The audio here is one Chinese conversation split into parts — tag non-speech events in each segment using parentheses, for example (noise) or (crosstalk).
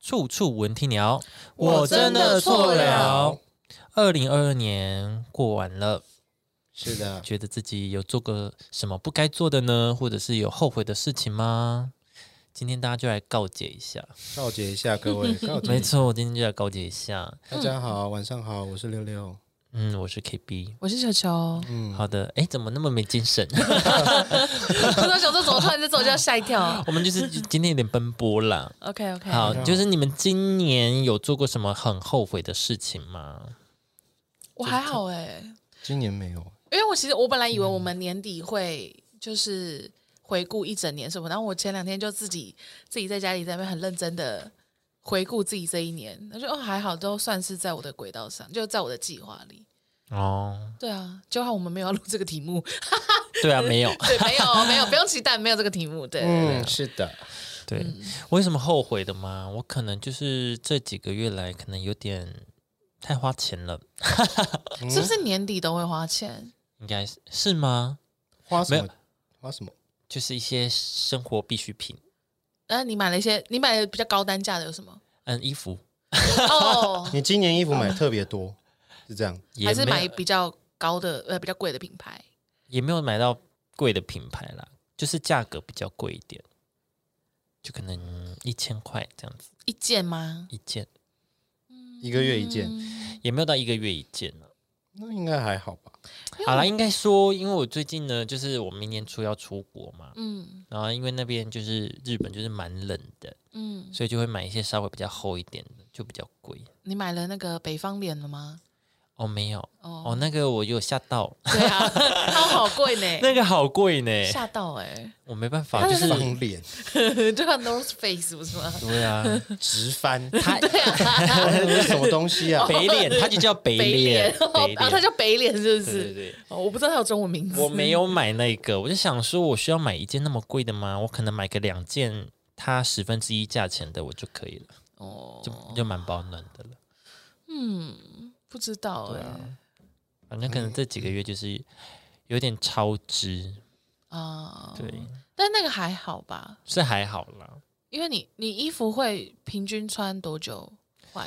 处处闻啼鸟，我真的错了。二零二二年过完了，是的，觉得自己有做个什么不该做的呢？或者是有后悔的事情吗？今天大家就来告解一下。告诫一下各位，告 (laughs) 诫没错，我今天就来告解一下。大家好，晚上好，我是六六。嗯，我是 KB。我是球球，嗯，好的，哎，怎么那么没精神？ (laughs) (laughs) 我突然想说，怎么突然就走就要吓一 (laughs) 跳我们就是今天有点奔波 (laughs) 啦。 ？OK OK，好，好就是你们今年有做过什么很后悔的事情吗？我还好哎、今年没有，因为我其实我本来以为我们年底会就是回顾一整年什么，然后我前两天就自己自己在家里在那边很认真的回顾自己这一年，我觉得哦还好，都算是在我的轨道上，就在我的计划里。哦，对啊，就好我们没有要录这个题 (laughs) 目，对啊，没有。对，没有没有，不用期待，没有这个题目，对，嗯，是的，对，嗯我有什么后悔的吗？我可能就是这几个月来，可能有点太花钱了，嗯是不是年底都会花钱？应该是是吗？花什没有么？花什么？就是一些生活必需品，那呃你买了一些，你买的比较高单价的有什 (laughs) 么？嗯，衣服哦，你今年衣服买特别多，是这样？也还是没买有比较高的呃比较贵的品牌。也没有买到贵的品牌啦，就是价格比较贵一点，就可能一千块这样子一件吗？一件，一个月一件，也没有到一个月一件呢。那应该还好吧？哎好啦，应该说，因为我最近呢，就是我明年初要出国嘛，嗯然后因为那边就是日本就是蛮冷的，嗯，所以就会买一些稍微比较厚一点的，就比较贵。你买了那个北方脸了吗？哦，没有，哦哦，那个我有吓到，对啊，它好贵 (laughs) 呢，那个好贵呢，吓到 (laughs) 哎，我没办法，它就的是放脸对啊，North Face 不是吗？对啊，直翻，他 (laughs) 对啊， (laughs) 这是什么东 (laughs) 西啊？北脸，他就叫北北脸脸，北啊，它脸，叫北脸是对对不是？对。哦，我不知道它有中文名字，我没有买那个，我就想说，我需要买一件那么贵的吗？我可能买个两件，它十分之一价钱的我就可以了，哦，就就蛮保暖的了。嗯，不知道啊哎反正可能这几个月就是有点超支，啊，对，，但那个还好吧，是还好啦。因为你你衣服会平均穿多久换？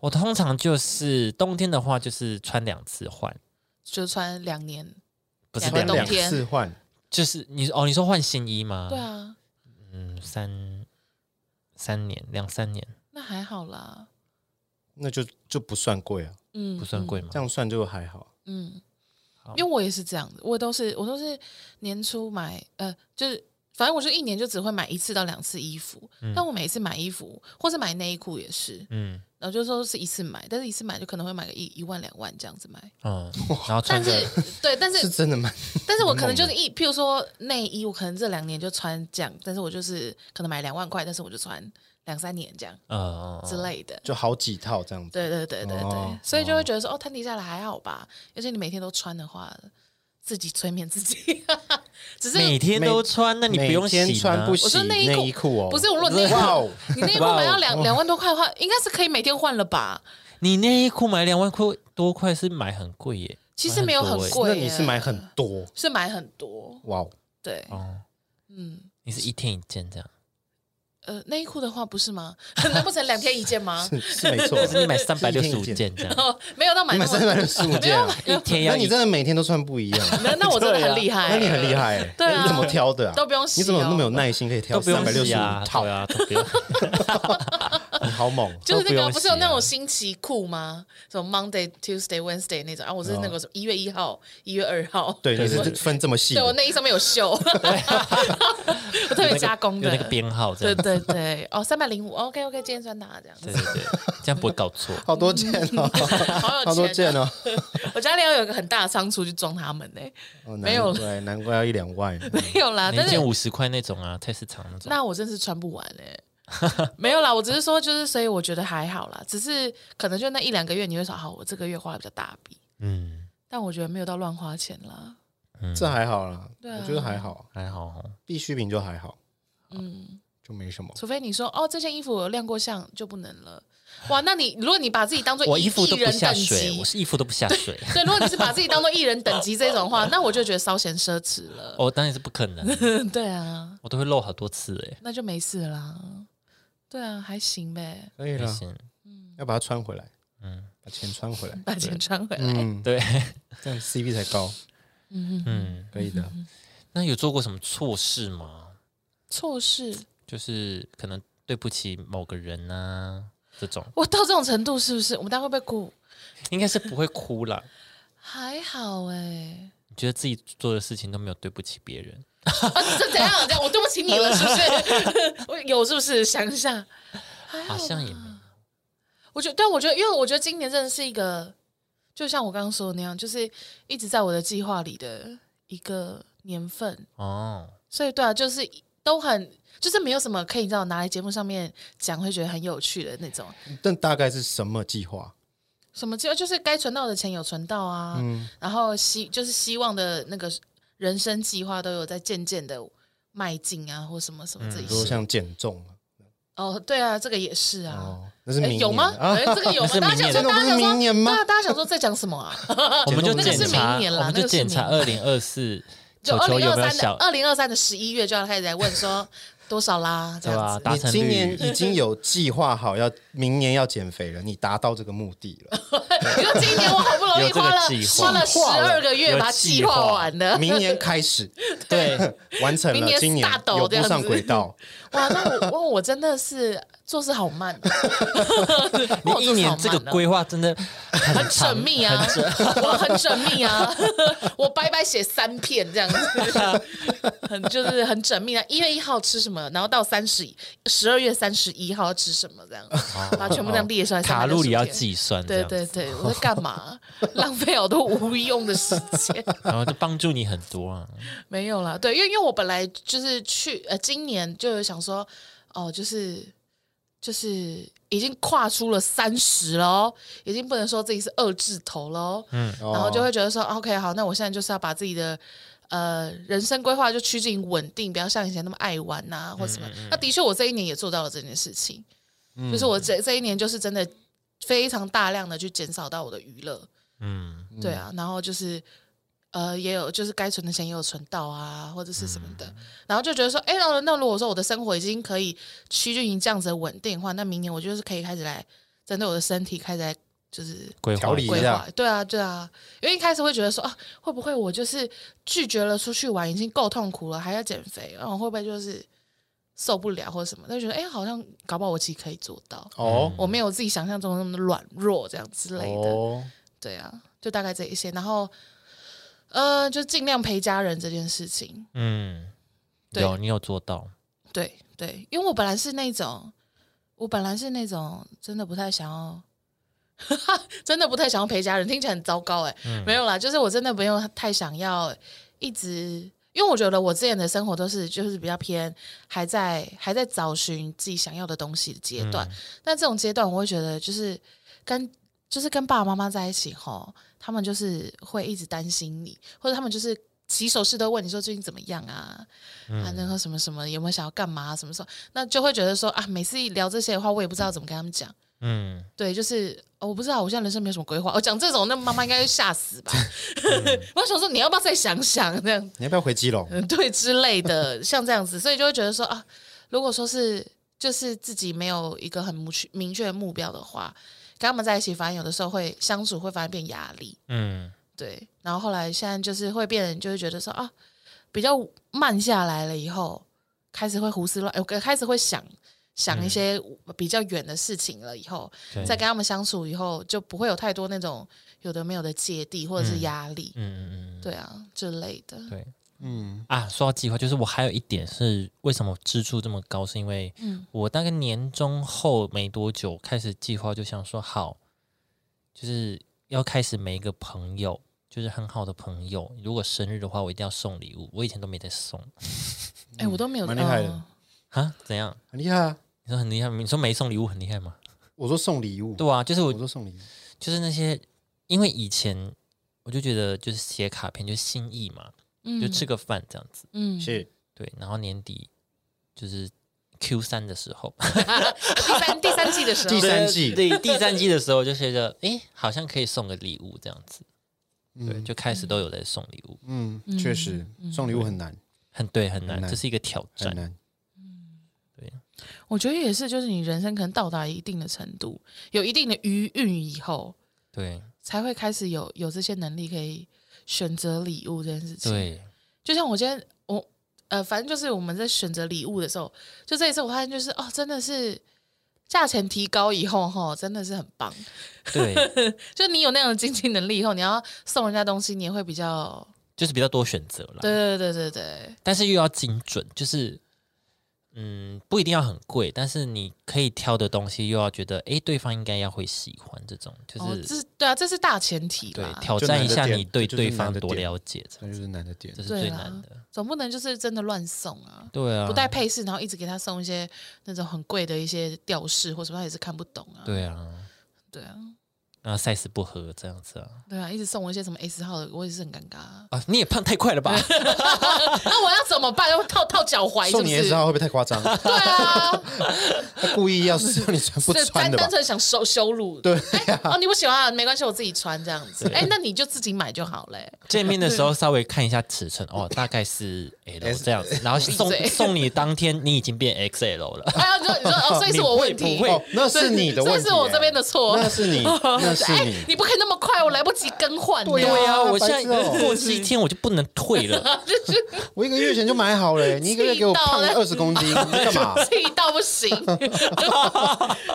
我通常就是冬天的话，就是穿两次换，就穿两年，不是穿两个两年冬，天次换，就是你哦，你说换新衣吗？对，啊，嗯，三三年，两三年那还好啦，那就就不算贵啊，嗯，不算嗯贵吗这？样算就还好。嗯好，因为我也是这样子，我都是我都是年初买，呃，就是反正我就一年就只会买一次到两次衣服，但我每一次买衣服或是买内衣裤也是，嗯然后就说是一次买，但是一次买就可能会买个一一万两万这样子买，嗯，然后穿但是着对， (laughs) 但是是真的吗？但是我可能就是一，譬如说内衣，我可能这两年就穿这样，但是我就是可能买两万块，但是我就穿两三年这样呃，之类的。就好几套这样子。对对对对对，哦所以就会觉得说，哦，摊底下来还好吧，而且你每天都穿的话，自己催眠自己， (laughs) 只是每天都每穿，那你每不用洗天呢穿不我洗说内衣裤内衣裤哦，不是我说内衣裤哇哦你内裤买到 (laughs) 两两万多块的话，应该是可以每天换了吧？你内衣裤买两万块多块是买很贵耶，其实没有很买多耶贵欸那耶你是买很多是买很多，哇哦，对，哦，嗯，你是一天一件 (laughs) 这样，呃，内衣裤的话不是吗？ (laughs) 难不成两天一件吗？是是没错或， (laughs) 是你买三百六十一五天一件件这样， (laughs) 哦，没有到买 (laughs) 你买那三么，百六十五件啊， (laughs) 一天要那一你真的每天都穿不 (laughs) 一样，那那我真的很厉 (laughs) 害，那你很厉，害欸，对啊你怎么挑的啊？都不用洗哦你怎么那么有耐心可以挑都不三用百六洗十啊，五套对？啊，都不用。你好猛哦！就是那都不用个不是有洗那啊种星期裤吗？什么 Monday、Tuesday、Wednesday 那种啊？我是哦那个什么一月一号、一月二号，对，对你对是分这么细对我的，内衣上面 (laughs) 有绣， (laughs) 我特别 (laughs) 加工的有那个编号这对样，对对，哦，三百零五，OK OK，今天穿它这样对子，对对，这样不会搞 (laughs) 错。好多件哦， (laughs) 好有好多钱件啊、哦。我家里要有一个很大的仓储去装它们呢、哦没有难怪难怪要一两 (laughs) 万。没有啦，每啊但一是件五十块那种啊，菜市场那种。那我真是穿不完哎、 (laughs) 没有啦，我只是说，就是所以我觉得还好啦，只是可能就那一两个月你会说，好，我这个月花的比较大笔，嗯，但我觉得没有到乱花钱啦。这还好啦，对啊我觉得还好，还好哦。必需品就还好。嗯，就没什么。除非你说哦，这件衣服我有亮过相就不能了。哇，那你如果你把自己当做我艺衣服都艺不人下等水，级我，是衣服都不下 (laughs) 水，对，如果你是把自己当做艺人等级这种话，那我就觉得稍显奢侈了。我、哦当然是不可能， (laughs) 对啊，我都会漏好多次哎、那就没事啦。对啊，还行呗，，可以不了，行，要把它穿回来，嗯，把钱穿回来 (laughs) 把钱穿回来。嗯，对，这样 CP 才高，嗯，嗯，可以的。那有做过什么错事吗？错事，就是可能对不起某个人啊，这种我到这种程度是不是？我们大家会不会哭？应该是不会哭 (laughs) 啦。还好哎、你觉得自己做的事情都没有对不起别人， (laughs) 啊，这怎样？这样我对不起你了，是不 (laughs) 是？我有是不是？想一下，还好好像也吧没有。我觉得，但我觉得，因为我觉得今年真的是一个，就像我刚刚说的那样，就是一直在我的计划里的一个年份，哦，所以对啊，就是都很，就是没有什么可以你知道拿来节目上面讲，会觉得很有趣的那种。但大概是什么计划？什么计划？就是该存到的钱有存到啊，嗯然后希就是希望的那个人生计划都有在渐渐的迈进啊，或什么什么这一比嗯些。如说像减重啊，哦，对啊，这个也是啊。哦，那是明诶年有吗？啊，哎、这个有吗？那是大家想明说，年大家想说，那不 (laughs) 是明年吗对啊，大家想说在讲什么啊？ (laughs) 我们就那个检是查，明年啦我们那就个是检查明二零二四，就球二球零有二没有三哦的小二零二三的十一月就要开始在问说多少啦，这对样吧？子。达你成今年率 (laughs) 已经有计划好要明年要减肥了，你达到这个目的了， (laughs) 你说今年我好不容有易这个花了计划花了十二个月有把它计计划划完的，明年 (laughs) 开始对，完成明了年，今年 start 有这步样上子轨道，哇，那我哇我真的是做事好慢哦， (laughs) 你哇我做事一年这个好慢哦规划真的很很缜密啊，我很缜密啊， (laughs) 我白白写三片这样 (laughs) 子，很就是很缜密啊。一月一号吃什么，然后到三十十二月三十一号要吃什么这样，把全部这样列出来，哦卡路里要记。计算，对这样对子，对，我在干 (laughs) 嘛？浪费好多无用的时间。然后就帮助你很多啊。没有啦，对，因为因为我本来就是去呃，今年就有想说，哦，就是就是已经跨出了三十了哦，已经不能说自己是二字头了哦， (laughs) 然后就会觉得说、o k 好，那我现在就是要把自己的。呃，人生规划就趋近稳定，不要像以前那么爱玩呐、或什么。那的确，我这一年也做到了这件事情，就是我这这一年就是真的非常大量的去减少到我的娱乐，嗯，对啊，然后就是呃，也有就是该存的钱也有存到啊，或者是什么的，嗯然后就觉得说，哎，那那如果说我的生活已经可以趋近于这样子的稳定的话，那明年我就是可以开始来针对我的身体开始来就是规划调理一规下划，对啊，对啊，因为一开始会觉得说啊，会不会我就是拒绝了出去玩，已经够痛苦了，还要减肥，然、后会不会就是受不了或者什么？但觉得哎、好像搞不好我其实可以做到，哦我没有自己想象中那么软弱这样之类的。哦，对啊，就大概这一些。然后，呃，就尽量陪家人这件事情。嗯，对有你有做到，对对，因为我本来是那种，我本来是那种真的不太想要， (laughs) 真的不太想要陪家人，听起来很糟糕哎、没有啦，就是我真的没有太想要一直。因为我觉得我之前的生活都是就是比较偏还在还在找寻自己想要的东西的阶段，但这种阶段我会觉得就是跟就是跟爸爸妈妈在一起吼，他们就是会一直担心你，或者他们就是起手式都问你说最近怎么样啊，啊，然后什么什么有没有想要干嘛、啊什么时候，那就会觉得说啊，每次一聊这些的话，我也不知道怎么跟他们讲。嗯，对，就是、哦我不知道，我现在人生没有什么规划。我、讲这种，那妈妈应该会吓死吧？我想说，你要不要再想想这样？你要不要回基隆？嗯，对之类的，像这样子，所以就会觉得说啊，如果说是就是自己没有一个很明确明确的目标的话，跟他们在一起，反而有的时候会相处会反而变压力，嗯，对。然后后来现在就是会变，就会觉得说啊，比较慢下来了以后，开始会胡思乱，我开始会想想一些比较远的事情了以后，对，再跟他们相处以后，就不会有太多那种有的没有的芥蒂或者是压力，嗯嗯嗯，对啊之类的，对嗯，啊，说到计划，就是我还有一点是为什么支出这么高，是因为嗯我大概年中后没多久开始计划，就想说好，就是要开始每一个朋友，就是很好的朋友，如果生日的话，我一定要送礼物。我以前都没在送 (laughs) 哎、我都没有蛮厉害的嗯啊，怎样？很厉害啊！你说很厉害吗？你说没送礼物很厉害吗？我说送礼物，对啊，就是我我说送礼物，就是那些，因为以前我就觉得就是写卡片就是心意嘛，嗯就吃个饭这样子。嗯是对，然后年底就是 Q 三的时候，嗯 (laughs) 第三第三季的时候第，三季对第三季的时候就觉得，诶，好像可以送个礼物这样子，对，就开始都有在送礼物，嗯，确实送礼物很难，很对，很难，很难这是一个挑很战，难。我觉得也是，就是你人生可能到达一定的程度，有一定的余韵以后，对才会开始有有这些能力可以选择礼物这件事情。，对，就像我今天我呃，反正就是我们在选择礼物的时候，就这一次我发现就是哦，真的是价钱提高以后哈，真的是很 (laughs) 棒。对，就你有那样的经济能力以后，你要送人家东西，你也会比较就是比较多选择 (laughs) 啦，对对对对对，但是又要精准，就是嗯，不一定要很贵，但是你可以挑的东西又要觉得，诶，对方应该要会喜欢这种，就哦，是、这是对啊，这是大前提对啦。挑战一下你对就难得点对方这就是难得多点了解，这那就是难的点这。是对最啦难的，总不能就是真的乱送啊，对啊，不带配饰，然后一直给他送一些那种很贵的一些吊饰或什么，他也是看不懂啊。对啊，对啊，然后 size 不合这样子啊。对啊，一直送我一些什么 S 号的，我也是很尴尬、啊。 (laughs) 啊，你也胖太快了吧？那我要怎么办？要套套脚踝是送不你哎是？也知道会不会太 (laughs) 夸张？对 (laughs) 啊，他故意要让你穿不是穿单的吧单？纯想收羞辱。对啊哎哦，你不喜欢啊，没关系，我自己穿这样子。哎、那你就自己买就好嘞。 (laughs) 见面的时候稍微看一下尺寸，哦，大概是 L 这样子，然后送闭嘴送你当天你已经变 XL (laughs) 了，哎呀，就你说 (laughs) 哦，所以是我问题，你会不会哦，那是你的问题，这是我这边的 (laughs) 错。那是你， (laughs) 那是哎、你，你不可以那么快，我来不及更换呢。对啊对啊，我现白痴哦在过七天我就不能退了，我一个月前就买好了，你一个月给我胖气到二十公斤，你干嘛？气到不 (laughs) 行，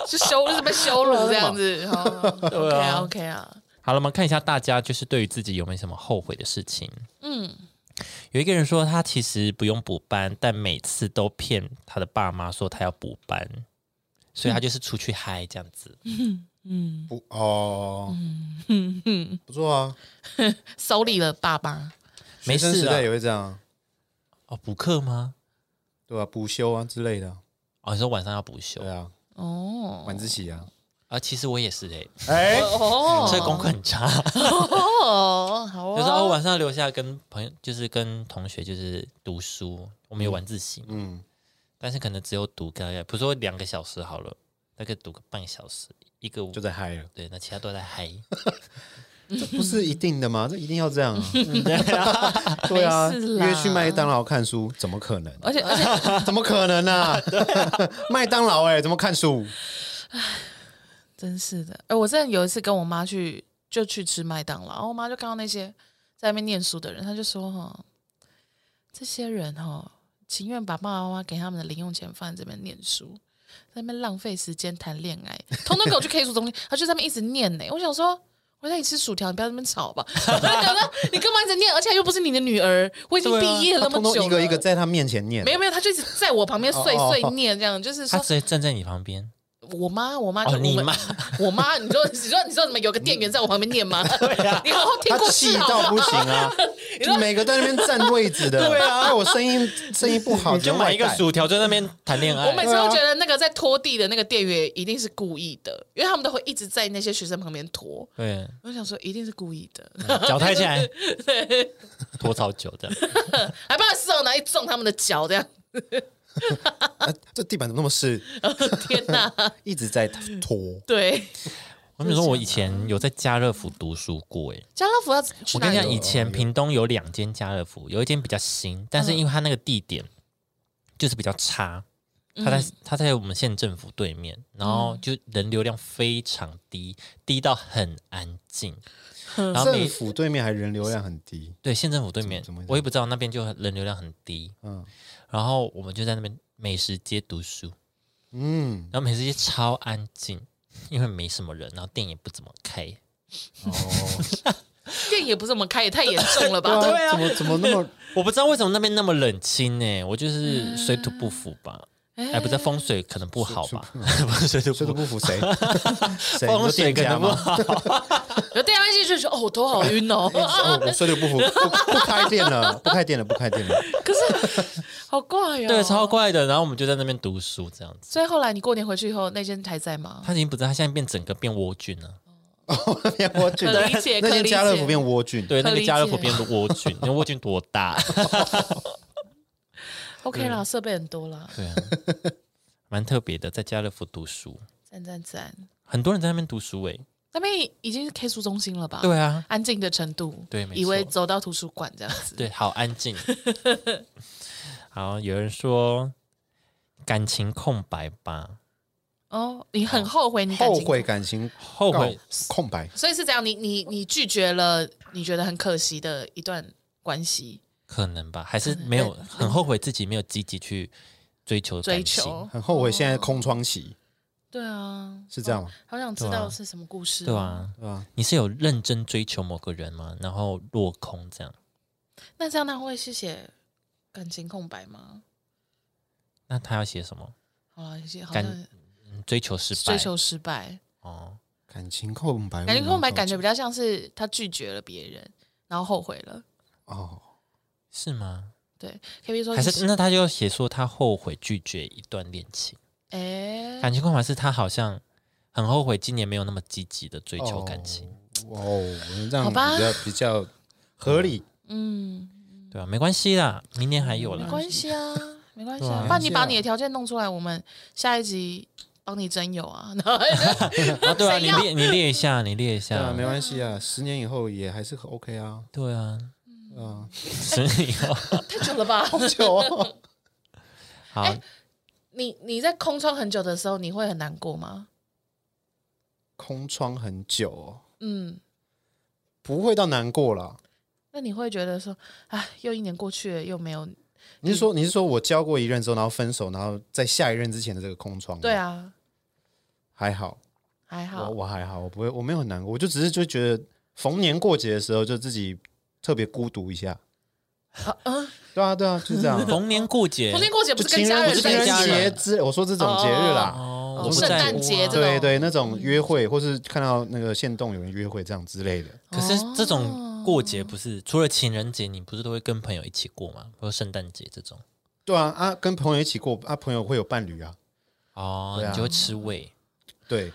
就羞就是被羞辱这样子。哦 OK 对啊啊，OK 啊，好了，我们看一下大家就是对于自己有没有什么后悔的事情。嗯，有一个人说他其实不用补班，但每次都骗他的爸妈说他要补班，所以他就是出去嗨这样子。不哦，不错啊，收礼了，爸爸。没学生事时啊代也会这样啊，哦，补课吗？对吧？补修啊之类的，哦，你说晚上要补休对啊，哦晚自习啊，啊？其实我也是哎、欸，哎，哦，所以功课很差。哦，好有时哦，候晚上留下跟朋友，就是跟同学，就是读书。我们有晚自习，嗯，但是可能只有读大概，比如说两个小时好了，大概读个半小时，一个就在嗨了，对，那其他都在嗨。这不是一定的吗？这一定要这样啊，对对啊，啊约去麦当劳看书，怎么可能？而且而且 (laughs) 怎么可能呢？麦当劳哎，怎么看书？真是的，哎、我真的有一次跟我妈去，就去吃麦当劳，然后我妈就看到那些在那边念书的人，她就说：“哈，这些人哈，情愿把爸爸妈妈给他们的零用钱放在这边念书，在那边浪费时间谈恋 (laughs) 爱，通通给我去 K 书中心，她就在那边一直念呢、我想说。”我在你吃薯条，你不要在那边吵 (laughs) 吧。我就想说，你干嘛一直念？而且又不是你的女儿，我已经毕业了他那啊通么久通了。一个一个在他面前念没，有没有，她就一直在我旁边碎哦碎念，这样就是他说直接站在你旁边，我妈，我妈哦就你我们妈， (laughs) 我妈，你说你说你说怎么有个店员在我旁边念吗？ (laughs) 你好好听他故气事好到吗？不行啊！就每个在那边占位置的，对啊，我声音声音不好，你就买一个书，薯条就在那边谈恋我每爱。次都觉得那个在拖地的那个店员一定是故意的，因为他们都会一直在那些学生旁边拖。对，我想说一定是故意的，脚抬起 (laughs) 来，拖超久这样。 (laughs) 还把手拿一撞他们的脚，这样啊这地板怎么那么湿？天哪！一直在拖，对，我跟你说，我以前有在家乐福读书过，哎，家乐福要啊去我哪跟你讲，里？以前屏东有两间家乐福，有一间比较新，但嗯是因为它那个地点就是比较差，它嗯在它在我们县政府对面，然后就人流量非常低，低到很安静，然后嗯政每府对面还人流量很低，对县政府对面怎么怎么会这样，我也不知道那边就人流量很低，嗯然后我们就在那边美食街读书，嗯，然后美食街超安静，因为没什么人，然后店也不怎么开，哦，店也不是我们开，也太严重了 (laughs) 吧？啊，怎么怎么那么我不知道为什么那边那么冷清呢、欸我就是水土不服吧。哎、不是风水可能不好吧？ (laughs) 不是水土水不土服，不服谁？谁风水可更能不吗？好。有店员进去说：“哦，我头好晕哦， (laughs) 哦，我水土不服，不不开店了，不开店了，不开店了。好怪哦。”对，超。怪的。然后我们就在那边读书这样子。所以后来你过年回去以后，那间还在吗？他已经不在，他现在变整个变蜗菌了。变蜗菌，可理解那可间理家乐解福变蜗菌，对，可那个理家乐解福变得蜗菌，那 (laughs) 蜗菌多大？ OK 啦，设备很多啦。对啊。蛮特别的，在家乐福读书，赞赞赞！很多人在那边读书诶、那边已经是 K 书中心了吧？，对啊，安静的程度，对没错以为走到图书馆这样子。对，好安静。 (laughs) 好，有人说感情空白吧，哦，你很后悔，你感后情悔感情后悔哦告空白，所以是这样，你你你拒绝了你觉得很可惜的一段关系，可能吧，还是没有很后悔自己没有积极去追求追感情嗯求，很后悔现在空窗期对啊，是这样吗？好想知对啊道是什么故事，对？啊，对吧？你是有认真追求某个人吗？然后落空这样，那这样他会是写感情空白吗？那他要写什么？好了，写好感像嗯追求失败，追求失败，哦，感情空白，感情空白感觉不比较像是他拒绝了别人，然后后悔了。哦，是吗？对，K B 说还你是那他就要写说他后悔拒绝一段恋情，哎，感情空白是他好像很后悔今年没有那么积极的追求感情，哦，这样好比吧较比较合理。嗯，对啊，没关系啦，明年还有没啦。关系 (laughs) 啊，没关系对啊啊，不然你把你的条件弄出来，我们下一集帮你征友 (laughs) 啊。然后啊，对啊，谁你要列你列一下，你列一对啊，下没，关系啊，十年以后也还是很 OK 啊，对啊，嗯对啊，所以哦太久了吧？好久哦， (laughs) 好，。哎你你在空窗很久的时候，你会很难过吗？空窗很久哦，嗯，不会到难过啦。那你会觉得说，哎，又一年过去了，又没有，你是嗯说你是说我交过一任之后，然后分手，然后在下一任之前的这个空窗？对，啊，还好，还我好，我还好，我不会，我没有很难过，我就只是就觉得逢年过节的时候就自己特别孤独一下。对啊，对啊，就是这样逢年过节逢，年过节不就是跟情家人，人我是在情一人起家节人之，我说这种节日啦，哦，哦我不圣在诞乎节啊这种对对，那种约会或是看到那个线动有人约会这样之类的，啊可是哦这种过节不是除了情人节，你不是都会跟朋友一起过吗？或者圣诞节这种对啊啊，跟朋友一起过啊，朋友会有伴侣啊，哦，对啊你就会吃味。 (laughs) 对，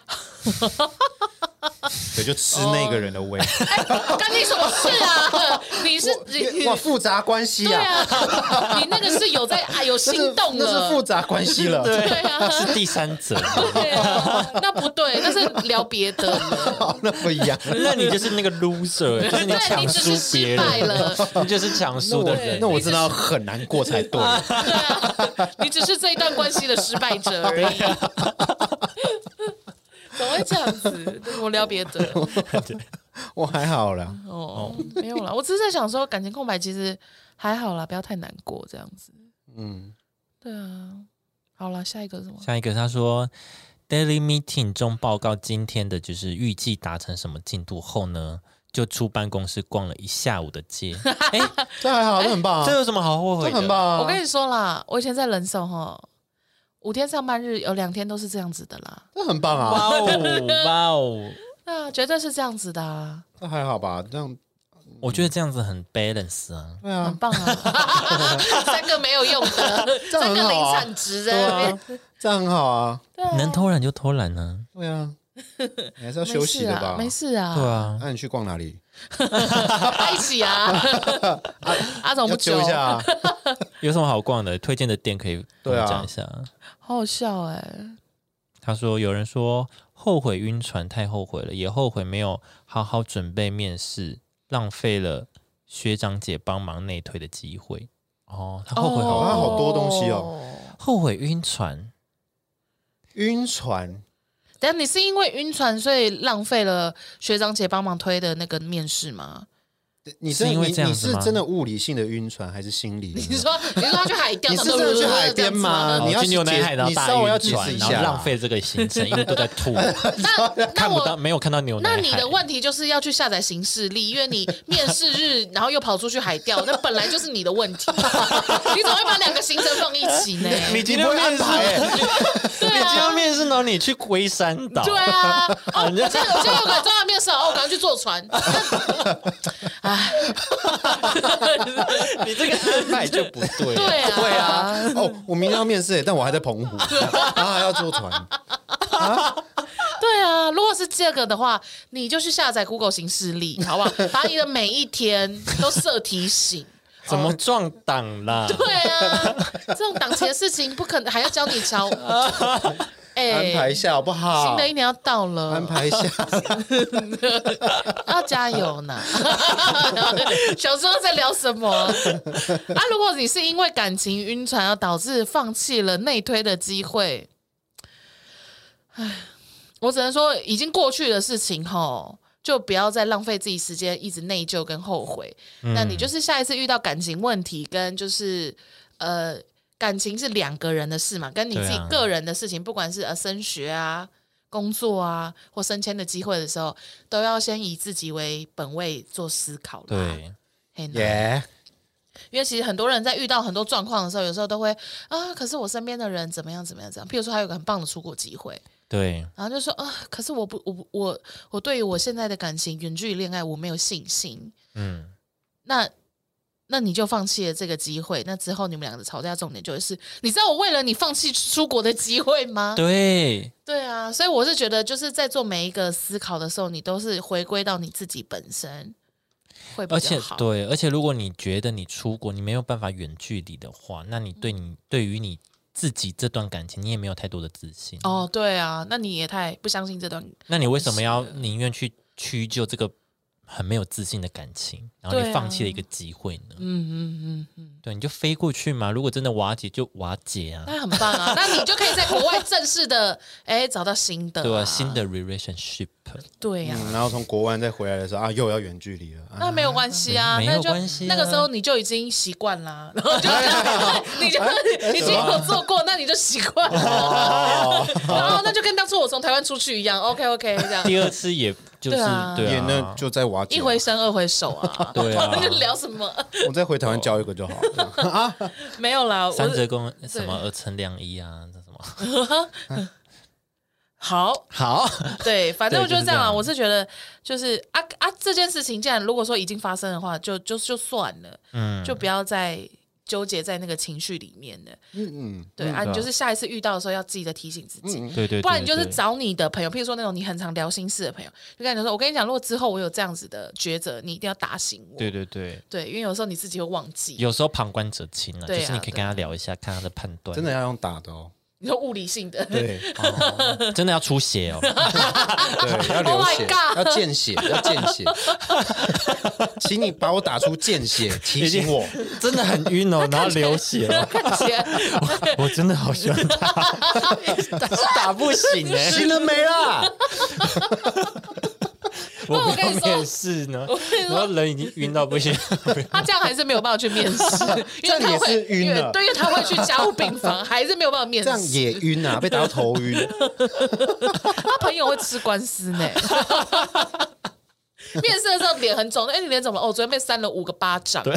对，就吃那个人的哦胃， (laughs) 哎干你什么事啊？ (laughs) 你是你哇，复杂关系对啊，啊， (laughs) 你那个是有在啊有那是心动那是复了，杂关 (laughs) 系了，对啊，是第三者，对啊，那不对，那是聊别的了，好那不一 (laughs) 样。那你就是那个 loser，就是你对，你抢只输是别失败人，了， (laughs) 你就是抢那输我的人。那我真的要很难过才 (laughs) 对，对啊， (laughs) 你只是这一段关系的失败者而已。怎么会这样子？我聊别的我还好啦。哦，没有啦，我只是在想说，感情空白其实还好啦，不要太难过这样子。嗯，对啊，好啦，下一个是什么？下一个他说，daily meeting 中报告今天的就是预计达成什么进度后呢，就出办公室逛了一下午的 (laughs) 街。哎、这还好，这很棒啊，这有什么好后悔这的？很棒啊。我跟你说啦，我以前在人手哈，五天上班日有两天都是这样子的啦，这很棒啊，哇哦哇哦！那绝对是这样子的啊，这还好吧？这样我觉得这样子很 balance 啊。对很啊，棒啊，三个没有用的，这三样个很好零啊产，值对在那边啊，这样很好啊，对啊能偷懒就偷懒呢、(laughs) 对啊，你还是要休息的吧？没事啊，啊，对啊，那你去逛哪里？啊一起 (laughs) 啊，阿总要不揪一下啊， (laughs) 有什么好逛的？推荐的店可以跟对我啊讲一下。好好笑哎、他说有人说后悔晕船，太后悔了，也后悔没有好好准备面试，浪费了学长姐帮忙内推的机会。哦，他后悔好哦多好多东西哦。后悔晕船，晕船等下你是因为晕船，所以浪费了学长姐帮忙推的那个面试吗？你是因为这样子你吗是真的物理性的晕船还是心理？ (laughs) 你说你说他去海钓，你是真的去海边吗哦啊你要去去牛奶解海然后你大稍微要晕解船，释一然后下浪费这个行程，因为都在 (laughs) 吐， (laughs) 那那看不到我。没有看到牛奶那海。你的问题就是要去下载行事历，因为你面试日，然后又跑出去海钓，那本来就是你的问 (laughs) 题。你怎么会把两个行程放一起呢？你今你天不会面安试，排欸你对今啊天，面试，然后你去龟山岛，对 (laughs) 啊，哦，我现在我现在有个重要面试，哦，我赶快去坐船。你这个安排就不对。对啊，啊对啊，哦，我明天要面试耶，但我还在澎湖，然后还要坐 (laughs) 船，对啊，如果是这个的话， (laughs) 你就去下载 Google 形式力，好不好？把你的每一天都设提醒。怎么撞档啦？对啊，这种档期的事情不可能还要教你教， (laughs) 哎、安排一下好不好？新的一年要到了，安排一下， (laughs) 要加油 (laughs) 呢。小时候在聊什么啊？啊如果你是因为感情晕船而导致放弃了内推的机会，唉，我只能说已经过去的事情吼。就不要再浪费自己时间，一直内疚跟后悔。嗯那你就是下一次遇到感情问题，跟就是呃，感情是两个人的事嘛，跟你自己对啊个人的事情，不管是呃升学啊、工作啊或升迁的机会的时候，都要先以自己为本位做思考啦。对，嘿呐耶！因为其实很多人在遇到很多状况的时候，有时候都会啊，可是我身边的人怎么样怎么样怎么样。譬如说，还有个很棒的出国机会，对，然后就说啊，可是我不，我不，我我对于我现在的感情远距离恋爱我没有信心。嗯，那那你就放弃了这个机会，那之后你们两个的吵架重点就会是，你知道我为了你放弃出国的机会吗？对，对啊，所以我是觉得就是在做每一个思考的时候，你都是回归到你自己本身会比而且较好。对，而且如果你觉得你出国你没有办法远距离的话，那你对你对于你自己这段感情，你也没有太多的自信。哦，对啊，那你也太不相信这段那你为什么要宁愿去屈就这个很没有自信的感情，然后对你啊放弃了一个机会呢？嗯嗯嗯，对，你就飞过去嘛。如果真的瓦解，就瓦解啊，那很棒啊！那你就可以在国 (laughs) 外正式的哎找到新的、对啊，新的 relationship 对呀、嗯然后从国外再回来的时候啊，又要远距离了。 (laughs) 啊那没有关系啊，嗯没那有就关系啊哦那个时候你就已经习惯啦，(laughs) 然后就你哎就你已经有做过，那你就习惯了，哦，然后那就跟当初我从台湾出去一样，OK OK 这样，第二次也就是对啊对也那啊，就再瓦解一。回生二回熟啊，对啊就聊什么 (laughs) 我再回台湾交一个就好了。哦没有啦，我三折公什么二乘两一啊，这什么 (laughs) 好好，对，反正我对就就是是这样这啊，样我是觉得就是啊啊这件事情，既然如果说已经发生的话，就就就算了，嗯，就不要再纠结在那个情绪里面了，嗯嗯，对嗯啊，对你啊就是下一次遇到的时候要记得提醒自己。对对，不然你就是对找你的朋友，譬如说那种你很常聊心事的朋友，就跟你说，我跟你讲，如果之后我有这样子的抉择，你一定要打醒我。对对对，对因为有时候你自己会忘记，有时候旁观者清啊，对啊就是你可以跟他聊一下，看他的判断，真的要用打 (laughs) 的哦。你说物理 (laughs) 性的，对真的要出血哦，对，要 Oh 流 my 血， God 要见血，要见血。 (laughs) 请你把我打出见血， (laughs) 提醒我。真的很晕哦，然后流血 (laughs) 哦，看起来我真的好喜欢他，打不 (laughs) 醒哎，行了没啦？我我跟你不说要面试呢我跟你，说然后人已经晕到不行，他这样还是没有办法去面 (laughs) 试，因为这样他也会是晕了因为对，因为他会去加护病 (laughs) 房，还是没有办法面 (laughs) 这样试。也晕啊，被打到头晕。他朋友会吃官司 (laughs) 呢。面试的时候脸很肿，哎、你脸怎么了？哦，昨天被扇了五个巴掌。对，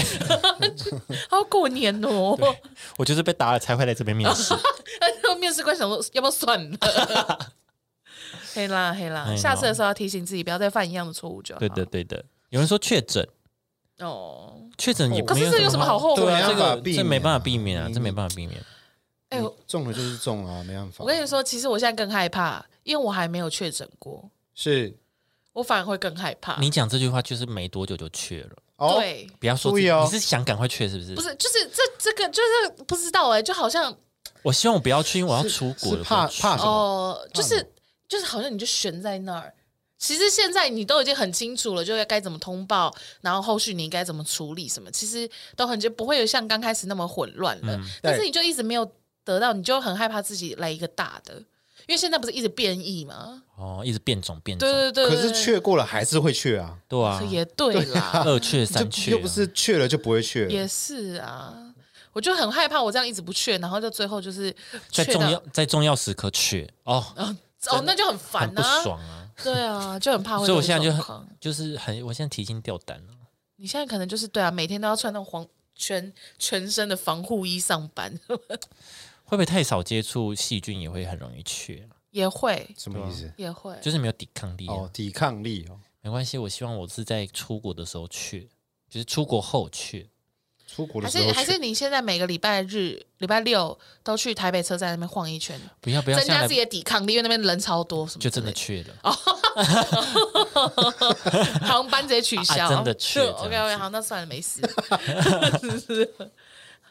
(laughs) 好过年哦。 (laughs) 我就是被打了才会来这边面试，然后面试官想说，要不要算了？ (laughs) 黑啦黑啦哎，呦下次的时候要提醒自己，不要再犯一样的错误就 (laughs) 好。对的对的，有人说确诊。哦，确诊也可是没这有什么好后悔对的啊，这没办个法避这免没办法啊避免啊，你这没办法避免。哎、我中了就是中了啊，没办法。我跟你说，其实我现在更害怕，因为我还没有确诊过，是我反而会更害怕。你讲这句话就是没多久就确了，哦，对，不要说注自意己哦你是想赶快确是不是？不，是，就是这这个就是不知道哎、就好像我希望我不要去，因为我要出国是了。怕不要去怕什么？哦、嗯就是就是好像你就悬在那儿。其实现在你都已经很清楚了，就该该怎么通报，然后后续你应该怎么处理什么，其实都很就不会有像刚开始那么混乱了。嗯但是对你就一直没有得到，你就很害怕自己来一个大的，因为现在不是一直变异吗？哦，一直变种变种对，对对可对，是确过了还是会确啊，对啊对，也对啦，二确就三确啊，又不是确了就不会确也了。是啊。我就很害怕，我这样一直不去，然后就最后就是在去重到要在重要时刻确哦，哦，那就很很烦不啊，爽啊。对啊，就很怕会所以我这种现在就状很况就是很，我现在提心吊胆啊你现在可能就是对啊，每天都要穿那种黄全全身的防护衣上班， (laughs) 会不会太少接触细菌也会很容易确啊？也会什么意思？也会，就是没有抵抗力啊。哦，抵抗力哦。没关系，我希望我是在出国的时候确，就是出国后确。出国的还时是候还去是你现在每个礼拜日、礼拜六都去台北车站那边晃一圈，不要不要，增下加来自己的哦抵抗力，因为那边人超多，什么就真的之去了。类的航班直接取 (laughs) 消，啊真的 (laughs) 去这样子 OK OK，好，那算了，(laughs) 没事。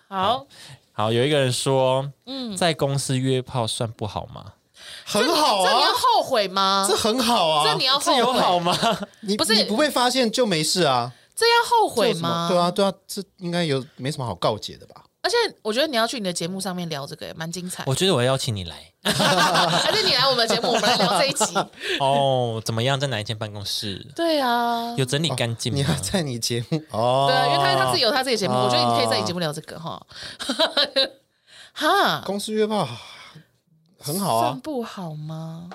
好，好，有一个人说，嗯，在公司约炮算不好吗？很好这你啊要，后悔吗这？很好啊，这你哦要后这有好悔，吗？ (laughs) 你不是你不被发现就没事啊，这要后这悔有什么吗？对啊，对啊，这应该有没什么好告解的吧？而且我觉得你要去你的节目上面聊这个，蛮精彩。我觉得我要邀请你来 (laughs) 而且你来我们的节目，我们来聊这一集。哦。怎么样，在哪一间办公室？ (laughs) 对啊，有整理干净你吗要？在你节目哦，对啊，因为他他自己有他自己的节目，哦我觉得你可以在你节目聊这个哈。 (laughs) 哈，公司约炮很好算啊，不好吗？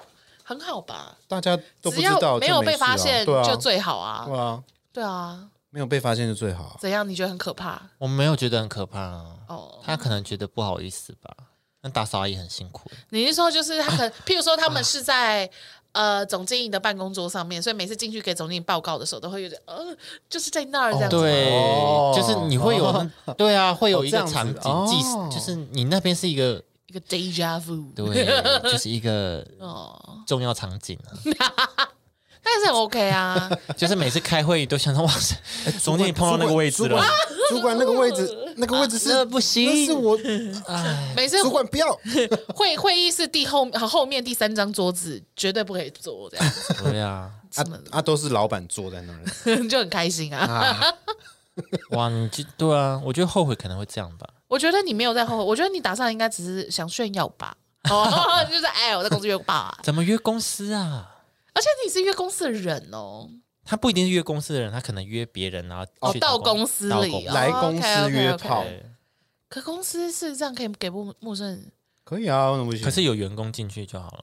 很好吧，大家都不只知要道就没有事被发啊现对啊，就最好啊。对啊，对啊，没有被发现就最好啊。怎样？你觉得很可怕？ (laughs) 我没有觉得很可怕、啊，哦，他可能觉得不好意思吧。那打扫阿姨很辛苦，你是说就是他可能， (laughs) 譬如说他们是在。呃，总经理的办公桌上面，所以每次进去给总经理报告的时候，都会有点呃，就是在那儿这样子。对，哦就是你会有那，对啊，会有哦一这个样子场景，哦即使就是你那边是一个，一个 deja vu。对，就是一 (laughs) 个哦，重要场景啊，但是很 OK 啊。就是每次开会都想到哇塞，总经理主管碰到那个位置主管了， (laughs) 主管那个位置，那个位置 (laughs) 这啊是不那行是，我每次主管不要，会会议室第后后面第三张桌子绝对不可以坐，这 (laughs) 样对啊，啊啊都是老板坐在那儿 (laughs) 就很开心啊。啊，哇，你就对啊，我觉得后悔可能会这样吧。我觉得你没有在后悔，我觉得你打算应该只是想炫耀吧。哦， (laughs) 就是哎，我在公司约霸、啊，怎么约公司啊？而且你是约公司的人哦，他不一定是约公司的人，他可能约别人，然后哦去到公公司到里公哦来公司约炮 OK，OK，OK 对可公司事实上可以给陌陌生人可以啊，为什么不行？可是有员工进去就好了。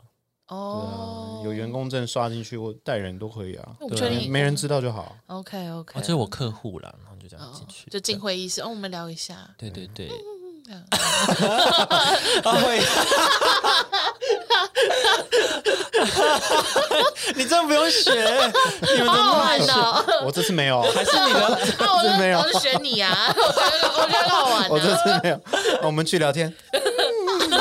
对哦啊，有员工证刷进去或带人都可以啊那，我不确定没人知道就 (laughs) 好。 OK OK，哦，这是我客户啦，然后就这样啊哦嗯进去，就进会议室哦，我们聊一下。对。对对对，这样嗯 (laughs) 啊会你真不用学，你们好都好玩 (laughs) 哦！我这次没有，还是你 (laughs) 的啊，我就没有我就选你啊， (laughs) 我觉得我觉得好玩啊。 (laughs) 我这次没有。我们去聊天，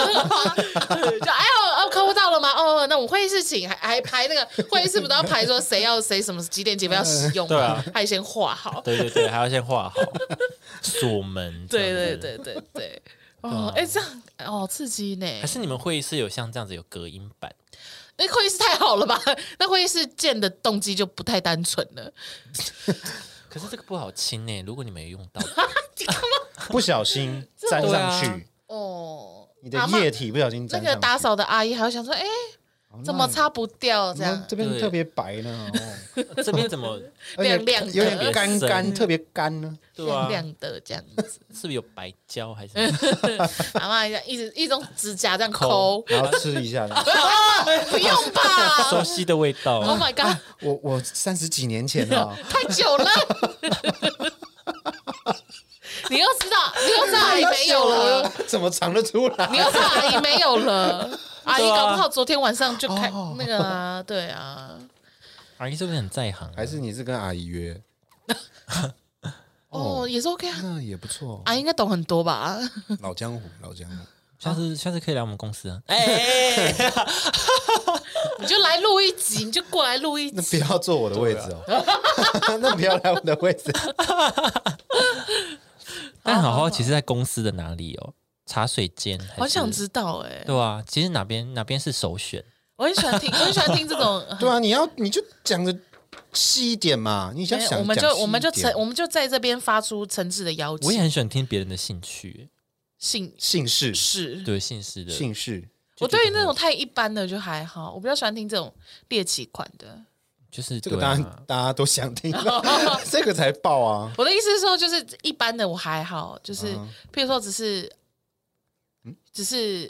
就哎呦，哦，客户到了吗？哦，那我们会议室请，还还排那个会议室不都要排说谁要谁什么几点几分要使用吗？对啊。还先画好对对对，还要先画好 (laughs) 锁门。对这样对子， (laughs) 对对对。哦，哎，这样哦，刺激呢！还是你们会议室有像这样子有隔音板？那会议室太好了吧？那会议室建的动机就不太单纯了。可是这个不好清呢，如果你没用到，不小心粘上对啊去，哦，你的阿嬷液体不小心那粘个上去。打扫的阿姨还会想说，哎，怎么擦不掉这那样？这边对特别白呢，哦这边怎 (laughs) 么而且亮亮的有点干特别深干，特别干呢。对啊亮？亮的这样子，是不是有白胶还是什么？阿妈一直一种指甲这样抠抠，然后吃一 (laughs) 下呢，不用吧熟悉的味 (laughs) 道？ ？Oh my god！我我三十几年前啊， (laughs) 太久了。你又知道，你又知道阿姨没有啊了，，怎么尝得出你来？又知道阿姨没有 (laughs) 了，阿姨对啊搞不好昨天晚上就开那个 (laughs) 啊，对啊，阿姨是不是很在行啊？还是你是跟阿姨约？哦，也是 OK 啊，那也不错，阿姨应该懂很多 (laughs) 吧？ (laughs) 老江湖，老江湖。下次下次可以来我们公司啊？哎，你就来录一集，你就过来录一 (laughs) 那集， (laughs) 不要坐我的位置 (laughs) 哦，那不要来我的位置。哦但好好，其实在公司的哪里哦？茶水间还是，我很想知道哎，对啊，其实哪边哪边是首选？我很喜欢听，我很喜欢听这 (laughs) 种。 (laughs) 对啊，你要你就讲的细一点嘛，你想哎想我们讲就细一我们就点诚我们就在这边发出诚挚的邀我也请，很喜欢听别人的兴趣，姓姓氏氏对姓氏的，姓氏，我对于那种太一般的就还好，我比较喜欢听这种猎奇款的。就是这个对当啊然，大家都想 (laughs) 听，这个才爆啊！我的意思是说，就是一般的我还好，就是嗯譬如说只是，只是，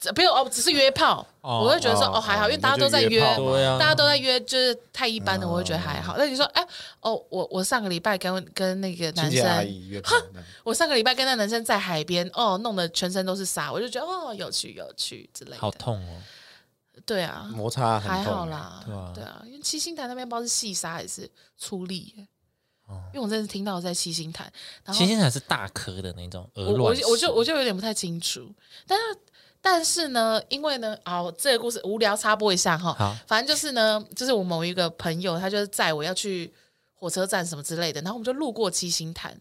只比如哦，只是约炮，哦我会觉得说哦哦还好，哦因为大家那就都在约约，炮嗯嘛对啊大家都在约，就是太一般的，我会觉得还好。那你说，哎哦，我我上个礼拜跟跟那个清男洁阿生，姨约我上个礼拜跟那男生在海边，哦，弄得全身都是沙，我就觉得哦有趣有趣之类好的，痛哦，对啊，摩擦很还痛好，啦，对啊因为七星潭那边不知道是细沙还是粗砾耶，因为我真的是听到我在七星潭，然后哦七星潭是大颗的那种鹅我卵我石，就我就我就有点不太清楚，但是但是呢，因为呢，哦，这个故事无聊插播一下好哈，反正就是呢，就是我某一个朋友，他就是载我要去火车站什么之类的，然后我们就路过七星潭。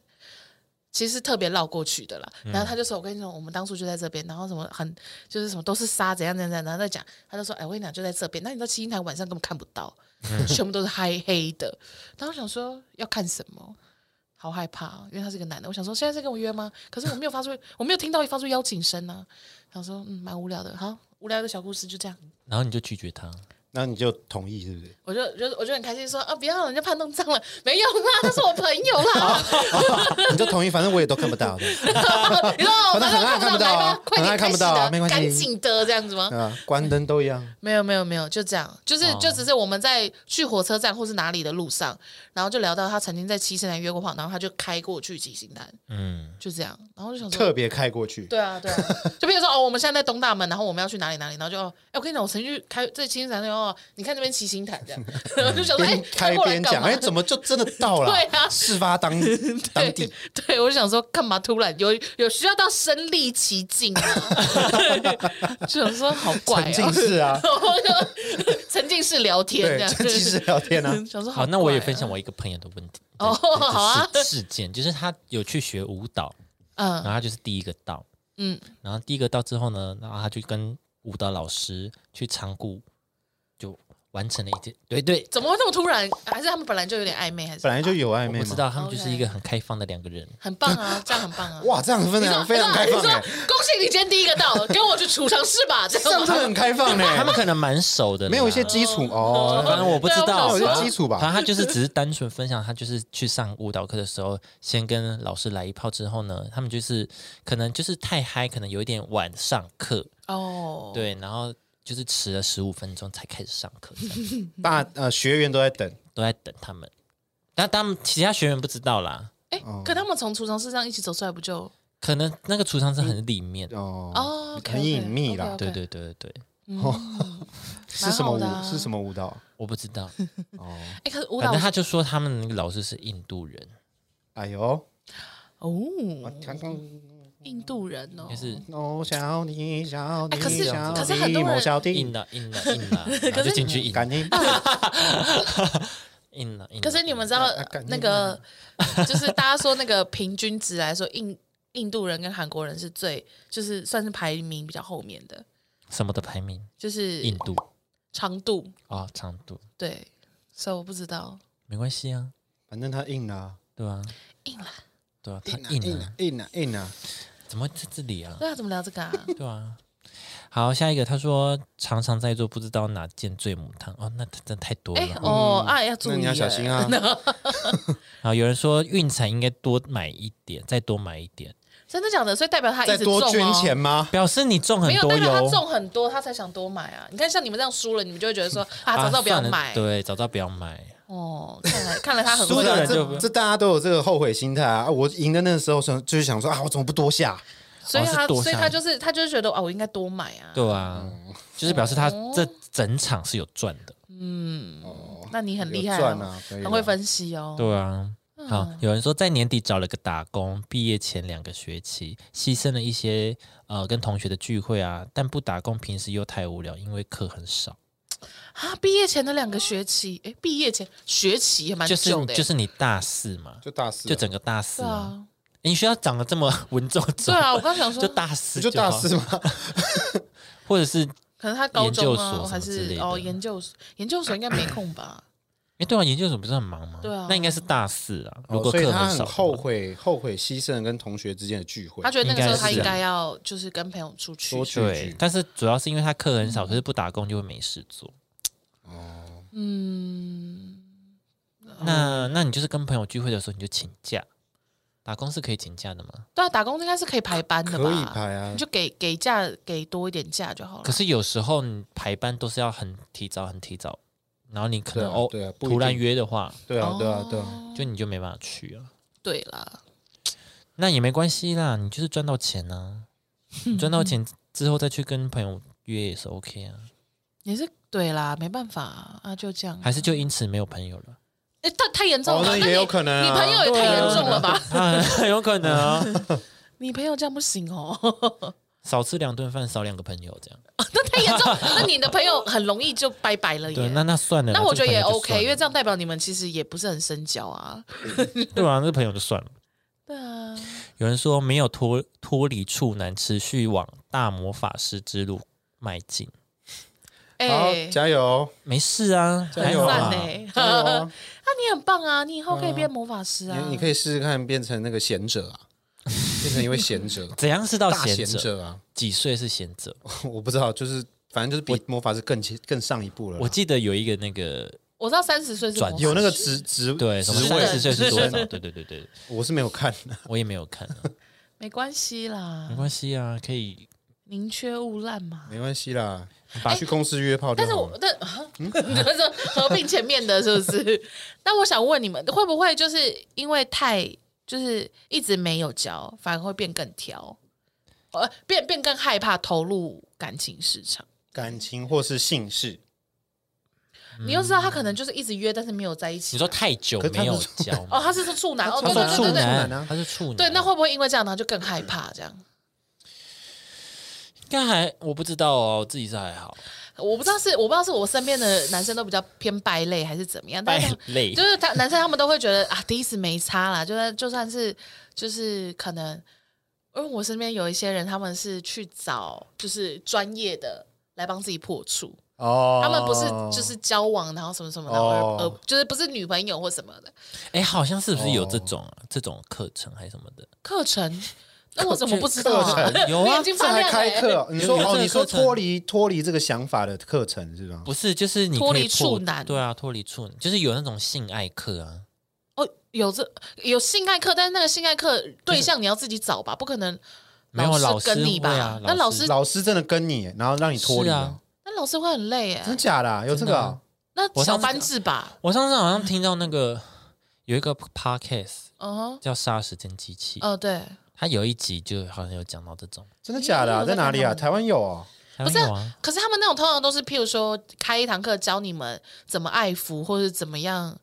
其实是特别绕过去的啦，然后他就说：“我跟你说，我们当初就在这边，然后什么很就是什么都是沙，怎样怎样怎样。”然后再讲，他就说：“哎，我跟你讲，就在这边。那你知道七星潭晚上根本看不到，全部都是黑黑的。”然后我想说要看什么，好害怕、哦，因为他是个男的。我想说，现在在跟我约吗？可是我没有发出，我没有听到发出邀请声啊呢、想说，嗯，蛮无聊的。好，无聊的小故事就这样。然后你就拒绝他，那你就同意是不是？我就就我就很开心说啊，不要了，人家怕弄脏了，没有啦， (laughs) 他是我朋友 (laughs) 啦。你就同意，反正我也都看不到的 (laughs) (laughs) 你说哦我很爱看不到啊来吧快点很爱看不到啊开始啦没关系干净的这样子吗？啊，关灯都一样。没有没有没有，就这样，就是、哦就只是我们在去火车站或是哪里的路上，然后就聊到他曾经在七星潭约过炮，然后他就开过去七星潭，嗯，就这样，然后就想说特别开过去，对啊， (laughs) 对啊，就比如说哦，我们现在在东大门，然后我们要去哪里哪里，然后就哦，哎，我跟你讲，我曾经去开这七星潭，哦，你看这边七星潭 (laughs) 这样，然后就想说，哎边，开过来嗯边干讲，嘛哎，怎么就真的到了？对啊事发当当地， (laughs) 对，对我就想说，干嘛突然有有需要到身历其境吗？ (laughs) 就想说好怪沉哦，浸式啊我就 (laughs) 沉浸式聊天这对，样，趁机是聊天啊。 (laughs) 想说好，那怪我也哦分享，我一个朋友的问题 (laughs) 哦的的好啊事事件，就是他有去学舞蹈，然嗯后他就是第一个到， (laughs) 嗯，然后第一个到之后呢，然后他就跟舞蹈老师去长谷，就完成了一件，对对，怎么会那么突然？还是他们本来就有点暧昧，还是本来就有暧昧我嘛，知道他们就是一 OK 个很开放的两个人，很棒啊，这样很棒啊。哇，这样分你享说 (laughs) 非常开放你说哎，恭喜你今天第一个到，跟我去储藏室 (laughs) 吧，这这样样吗真的很开放呢。欸他 (laughs) 们可能蛮熟的啦，没有一些基础哦，反哦，正我不知对啊道，我有想些说基础反正吧。他就是只是单纯分享，他就是去上舞蹈课的时候，先跟老师来一炮之后呢，他们就是可能就是太嗨，可能有一点晚上课，哦，对，然后就是迟了十五分钟才开始上课，这样大呃学员都在等，都在等他们。但他们其他学员不知道啦，哎，哦可他们从储藏室上一起走出来，不就可能那个储藏室很里面，哦，哦，OK，OK，很隐秘啦 OK，OK 对对对对对，是什么蛮好的舞？啊是什么舞蹈？我不知道，哦，哎，可是舞反蹈正他就说他们那个老师是印度人，哎呦，哦，刚刚嗯印度人哦就，是哦，小你小你哎可是小可是很你多人某小印弟，了印 (laughs) 了印了，然啊后就啊进去印感应啊印了印了。可是你们知道啊感那应个， (laughs) 就是大家说那个平均值来说，印印度人跟韩国人是最就是算是排名比较后面的，什么的排名？就是印度长度啊，长度对，所以我不知道没关系啊，反正他硬了，啊对吧、硬了，对啊，他硬硬了啊，，硬了，硬了。怎么会在这里啊？对啊，怎么聊这个啊？对啊。好，下一个他说常常在做不知道哪件最母汤哦，那真的太多了。哎哦啊，要注那意，欸你要小 (laughs) 心！啊！啊，有人说运彩应该多买一点，再多买一点，真的假的？所以代表他再一直中多哦捐钱吗？表示你中很没有，多代表他哟。中很多，他才想多买啊！你看，像你们这样输了，你们就会觉 (laughs) 得说啊，啊早知道不要算了买。对，早知道不要买。哦，看来看来他很输会的啊人这就不这大家都有这个后悔心态啊！啊我赢的那个时候想就是想说啊，我怎么不多下？所以哦他是多所以下他就是他就是觉得哦，我应该多买啊。对啊，就是表示他哦这整场是有赚的。嗯哦那你很厉害、哦有赚啊可以啊很会分析哦。对啊。好，有人说在年底找了个打工，毕业前两个学期牺牲了一些呃跟同学的聚会啊，但不打工平时又太无聊，因为课很少。啊，毕业前的两个学期，哎，毕业前学期也蛮就久是的耶，就是你大四嘛，就大四啊，就整个大四对啊。啊，诶你需要长得这么 (laughs) 稳重对重， (laughs) 啊，我刚想就说，大四不就大好四吗？或者是可能他高中研究所什啊，么还之类是的哦研究所，研究所应该没空吧？诶，对啊，研究所不是很忙吗？对啊那应该是大四啊。 (laughs) 如哦果所以课他少很的话，后悔，后悔牺牲跟同学之间的聚会他。觉得那个时候他应该是啊应该要就是跟朋友出去多，聚对聚，，但是主要是因为他课很少，可是不打工就会没事做。哦嗯，那那你就是跟朋友聚会的时候你就请假，打工是可以请假的吗？对啊，打工应该是可以排班的吧？可以排啊你就给给假给多一点假就好了。可是有时候你排班都是要很提早很提早，然后你可能对啊哦对啊不一定突然约的话，对哦啊，对啊，对啊。就你就没办法去啊。对啦，那也没关系啦，你就是赚到钱啊，你赚到钱之后再去跟朋友约也是嗯 OK 啊，也是对啦，没办法啊，啊就这样。 (laughs) 还是就因此没有朋友了？哎，太太严重哦了吧，那那也有你可能啊你朋友也太严重了吧？啊，有可能啊，你朋友这样不行哦，少吃两顿饭，少两个朋友这样。 (laughs) 那太严重，那你的朋友很容易就拜拜了对，耶。那那算了啦，那我觉得也这个朋友就 OK，因算为这样代表你们其实也不是很深交啊。了对啊，那朋友就算了。对啊，有人说没有脱脱离处男，持续往大魔法师之路迈进，好哎，，(laughs) 加油，没事啊，加还油好赞啊啊呢。加油 (laughs) 啊！嗯那你很棒啊，你以后可以变魔法师啊。你你可以试试看变成那个贤者啊，变成一位 (laughs) 贤者，怎样是到大贤贤者？者啊！几岁是贤者？哦 (laughs) 我不知道，就是反正就是比魔法师更前更上一步了啦。我记得有一个那个我知道三十岁是魔法转师有那个职职对什职么位三十岁是多职少？称对对对对，我是没有看的。我也没有 (laughs) 看啊，没关系啦没，关系啊，可以。宁缺毋滥嘛。没关系啦，把去公司约炮就但是好我了。但啊你们说合并前面的是不是？那我想问你们，会不会就是因为太就是一直没有教，反而会变更挑，呃，变变更害怕投入感情市场？感情或是姓氏，你又知道他可能就是一直约，但是没有在一起你。说太久可是他没有不是交哦，吗？他是说处 (laughs) 男，哦，他对他说对对处对对，对男，对他是处男。对，那会不会因为这样，然后就更害怕这样？应该还我不知道哦，自己是还好。我不知道是我不知道是我身边的男生都比较偏败类还是怎么样，但败 (laughs) 是类就是他男生他们都会觉得啊，第一次没差啦，就算就算是就是可能，因为我身边有一些人他们是去找就是专业的来帮自己破处，哦他们不是就是交往然后什么什么的，而哦而就是不是女朋友或什么的哎，好像是不是有这种哦啊？这种课程还是什么的？课程，那我怎么不知道啊 (laughs) 课？程有啊你眼睛这发还亮开欸课哦？你说有有这哦，个你说课程脱离脱离这个想法的课程是吧？不是，就是你脱可以离破处男对啊，脱离处男，就是有那种性爱课啊。哦，有这有性爱课，但是那个性爱课 (laughs) 对象你要自己找吧，不可能没有老老师跟师你会啊吧？那老老师师老师真的跟你，然后让你脱是离哦啊，那老师会很累哎真，假的啊？有这个哦？那我上小次班制吧，我上次好像听到那个有一个 podcast 嗯哼，叫《杀时间机器》，哦对，它有一集就好像有讲到这种，真的假因的为啊？我在在哪里啊？看他们台湾有哦。台不湾是有啊，可是他们那种通常都是，譬如说开一堂课教你们怎么爱抚，或者怎么样，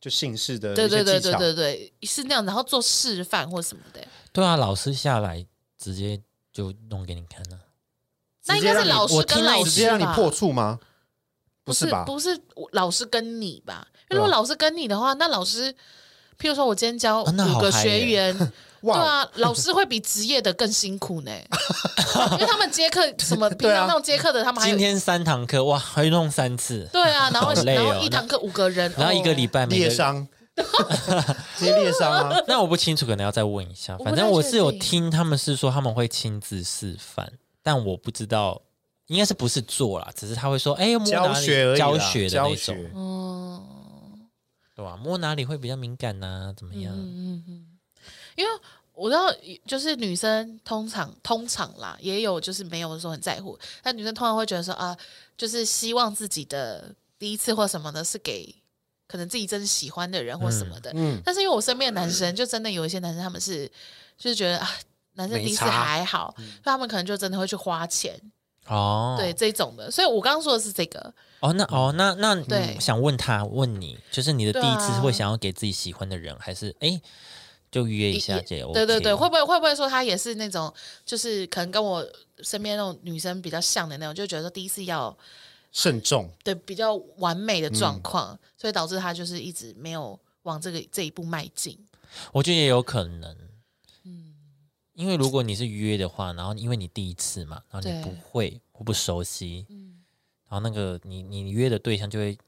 就姓氏呃的对一对些对技对巧，对对，是那样，然后做示范或什么的。对啊，老师下来直接就弄给你看了、那应该是老师我跟听到老直师接让你吧破处吗？不不是吧？不是老师跟你吧？因为如对啊果老师跟你的话，那老师，譬如说我今天教啊那好五个嗨学耶哦 (laughs) 员，对哇，啊，老师会比职业的更辛苦呢，因为他们接课什么平对啊常那种接课的，他们还有今天三堂课哇，还弄三次，对啊，然后好累然哦后一堂课五个人，然后一个礼哦拜每裂个。 (laughs) 伤，直接裂伤啊！那我不清楚，可能要再问一下。我不反太正我确是有定听他们是说他们会亲自示范，但我不知道，应该是不是做啦，只是他会说，哎、摸教哪里学而已啦，啊教学的那教种学，。嗯对吧、摸哪里会比较敏感呐、怎么样？嗯嗯，因为我知道就是女生通常通常啦，也有就是没有说很在乎，但女生通常会觉得说啊，就是希望自己的第一次或什么的是给可能自己真喜欢的人或什么的，嗯，但是因为我身边的男生，就真的有一些男生，他嗯们是就是觉得啊，男生没第一次差还好，所以他们可能就真的会去花钱，哦，对，这种的。所以我刚刚说的是这个，哦，那哦，那那嗯对嗯想问他，问你，就是你的对第一次啊会想要给自己喜欢的人，还是哎就约一下姐？对对对，会不会会不会说他也是那种，就是可能跟我身边那种女生比较像的那种，就觉得说第一次要慎重。对比较完美的嗯状况，所以导致他就是一直没有往这个这一步迈进。我觉得也有可能，嗯因为如果你是约的话，然后因为你第一次嘛，然后你对不会或不熟悉，嗯，然后那个你你约的对象就会嘖